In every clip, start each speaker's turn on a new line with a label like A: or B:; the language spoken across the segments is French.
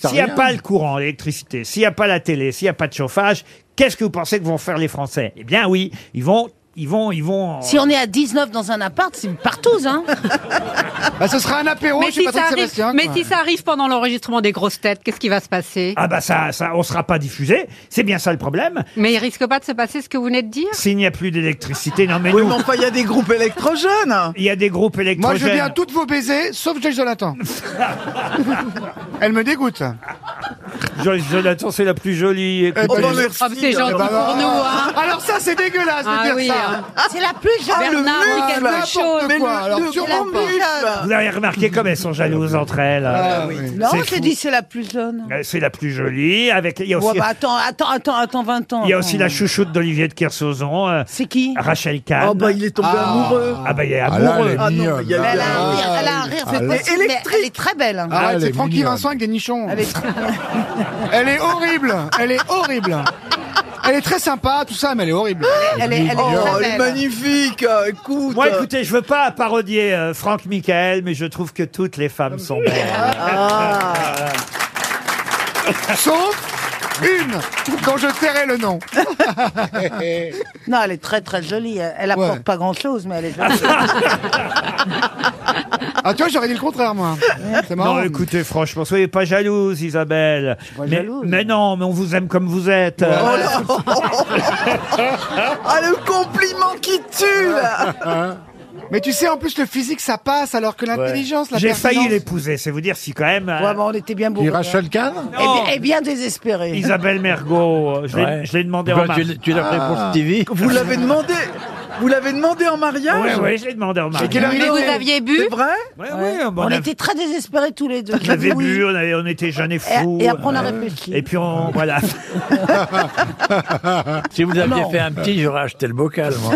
A: S'il n'y a pas le courant, l'électricité, s'il n'y a pas la télé, s'il n'y a pas de chauffage, qu'est-ce que vous pensez que vont faire les Français Eh bien oui, ils vont, ils vont, ils vont.
B: Si on est à 19 dans un appart, c'est partout, hein
C: Bah, ce sera un apéro
D: mais
C: chez
D: si,
C: Patrick
D: ça arrive,
C: Sébastien,
D: mais
C: quoi.
D: si ça arrive pendant l'enregistrement des grosses têtes, qu'est-ce qui va se passer
A: Ah bah ça, ça, on sera pas diffusé. C'est bien ça le problème.
D: Mais il risque pas de se passer ce que vous venez de dire
A: S'il n'y a plus d'électricité, non mais
E: Oui,
A: nous,
E: mais enfin, il y a des groupes électrogènes.
A: il y a des groupes
C: Moi, je veux
A: électrogènes.
C: bien toutes vos baisers, sauf Joyce Jonathan. Elle me dégoûte.
F: Ah,
A: Joyce Jonathan, c'est la plus jolie.
C: Eh
E: Oh,
C: ben,
E: bah,
C: je-
E: merci.
D: Ah, c'est gentil
C: bah, bah.
D: pour nous, hein
C: Alors ça, c'est dégueulasse
D: Ah
C: de dire
D: oui,
C: ça.
D: hein.
B: C'est la plus
C: Ah, le
D: Bernard,
C: mufle,
D: oui, quelque
C: n'importe
D: chose.
C: quoi.
E: Mais le-
C: Alors,
E: le
C: sûrement
E: grand
C: pas.
E: mufle.
A: Vous avez remarqué comme elles sont jalouses entre elles. Euh,
C: Ah, oui.
B: Non,
A: C'est
B: j'ai
A: fou.
B: dit c'est la plus jeune.
A: Euh, C'est la plus jolie. Avec il y a
B: Bon,
A: aussi,
B: bah, attends, attends, attends, attends 20 ans.
A: il y a aussi
B: attends.
A: la chouchoute d'Olivier de Kersauzon, euh,
B: C'est qui
A: Rachel Kahn.
E: Oh, bah, il est tombé
C: Ah.
E: amoureux.
A: Ah bah il est
F: Ah là,
A: amoureux.
F: elle est
E: Ah non,
F: mignonne.
E: il y a eu
B: elle a,
E: Ah,
B: un rire, elle a un rire, c'est
F: elle est
B: possible, mais
E: électrique.
B: elle est très belle. hein.
C: Arrête,
F: elle
C: c'est
F: est
C: Francky
F: mignonne.
C: Vincent avec des nichons.
B: Elle est très-
C: Elle est horrible. Elle est horrible. Elle est très sympa, tout ça, mais elle est horrible.
B: elle est- elle est
E: Oh,
B: très
E: elle est
B: belle.
E: magnifique. euh, Écoute.
A: Moi, écoutez, je veux pas parodier euh, Franck Michael, mais je trouve que toutes les femmes sont belles.
E: Ah.
C: Sauf une dont je tairai le nom.
B: Non, elle est très très jolie. Elle apporte
C: Ouais.
B: pas grand chose, mais elle est jolie.
C: Ah, tu vois, j'aurais dit le contraire, moi. C'est marrant.
A: Non, écoutez, franchement, soyez pas jalouse, Isabelle.
B: pas
A: mais,
B: jalouse.
A: mais non, mais on vous aime comme vous êtes. Euh,
E: Oh là. ah, le compliment qui tue, là.
C: Mais tu sais, en plus, le physique, ça passe, alors que l'intelligence, la
A: J'ai failli
C: pertinence-
A: l'épouser, c'est vous dire si quand même. euh,
B: Ouais, bah, on était bien
F: Puis
B: bourrés. hein.
F: Rachel Kahn
B: Et,
A: non,
B: bi- et bien désespérés.
A: euh, Isabelle Mergot, euh, je l'ai-
G: Ouais.
A: je l'ai demandé
B: Bah,
G: Ben,
A: en
G: tu
A: mariage.
G: l- Tu l'as fait pour Stevie
E: Vous l'avez demandé. Vous l'avez demandé en
A: Oui,
B: Ah,
E: mariage
A: oui, je l'ai demandé en mariage.
C: quelle heure il
D: Mais
C: est
D: vous aviez bu
E: C'est vrai
A: Ouais,
B: Ouais.
A: ouais, bon,
B: on
A: on, a-
B: était très désespérés tous les deux.
A: on avait
B: Oui.
A: bu, on, avait- on était jeunes et fous.
B: Et, et après, on a
A: euh,
B: réfléchi.
A: Et puis on voilà.
G: Si vous
B: Non.
G: aviez fait un petit, j'aurais acheté le bocal, moi.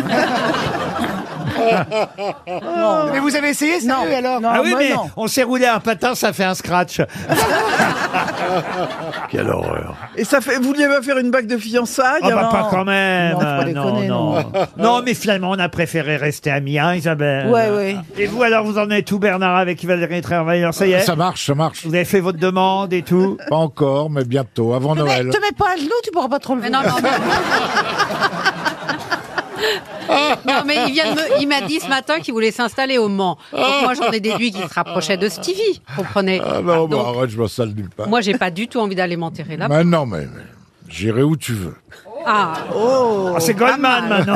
B: non.
C: Mais vous avez essayé,
B: Oh. Non,
C: sérieux, alors
B: non,
A: ah oui
B: moi,
A: mais
B: non.
A: on s'est roulé un patin, ça fait un scratch.
G: Quelle horreur.
E: Et ça fait, vous vouliez pas faire une bague de fiançailles
A: Ah bah
B: non.
A: pas quand même.
B: Non, faut pas
A: euh,
B: déconner, Euh.
A: non. Non, mais finalement on a préféré rester amis, hein, Isabelle.
B: Ouais, ouais.
A: Et vous alors vous en êtes où Bernard avec Valérie Travailleur, ça y
C: Euh,
A: est.
F: Ça marche, ça marche.
A: Vous avez fait votre demande et tout.
F: Pas encore, mais bientôt, avant
B: Te mets,
F: Noël.
B: te mets pas à genoux, tu pourras pas te relever.
D: Mais non, non, mais... non, mais il, vient de me- il m'a dit ce matin qu'il voulait s'installer au Mans. Donc moi, j'en ai déduit qu'il se rapprochait de Stevie, comprenez
F: Ah Ah, non, bah,
D: Donc,
F: arrête, je m'en sale nulle part.
D: Moi, j'ai pas du tout envie d'aller m'enterrer là.
F: Mais non, mais, mais j'irai où tu veux.
D: Ah,
B: Oh,
A: Ah, c'est Goldman maintenant.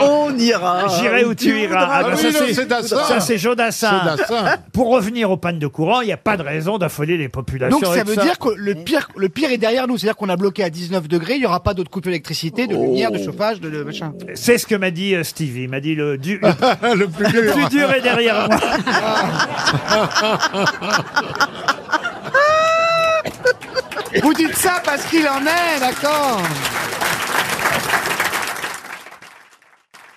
E: On ira.
A: J'irai où tu iras. Ah, bah,
F: Ah
A: ça,
F: oui, non,
A: c'est-
F: c'est Dassin.
A: ça, c'est Joe Dassin.
F: C'est Dassin.
A: Pour revenir aux pannes de courant, il n'y a pas de raison d'affoler les populations.
C: Donc ça
A: avec
C: veut dire que le pire, le pire est derrière nous. C'est-à-dire qu'on a bloqué à 19 degrés, il n'y aura pas d'autres coupes d'électricité, de lumière,
F: Oh.
C: de chauffage, de, de machin.
A: C'est ce que m'a dit euh, Stevie. Il m'a dit le, du- le
F: le plus dur.
A: plus dur est derrière moi.
C: Vous dites ça parce qu'il en est, d'accord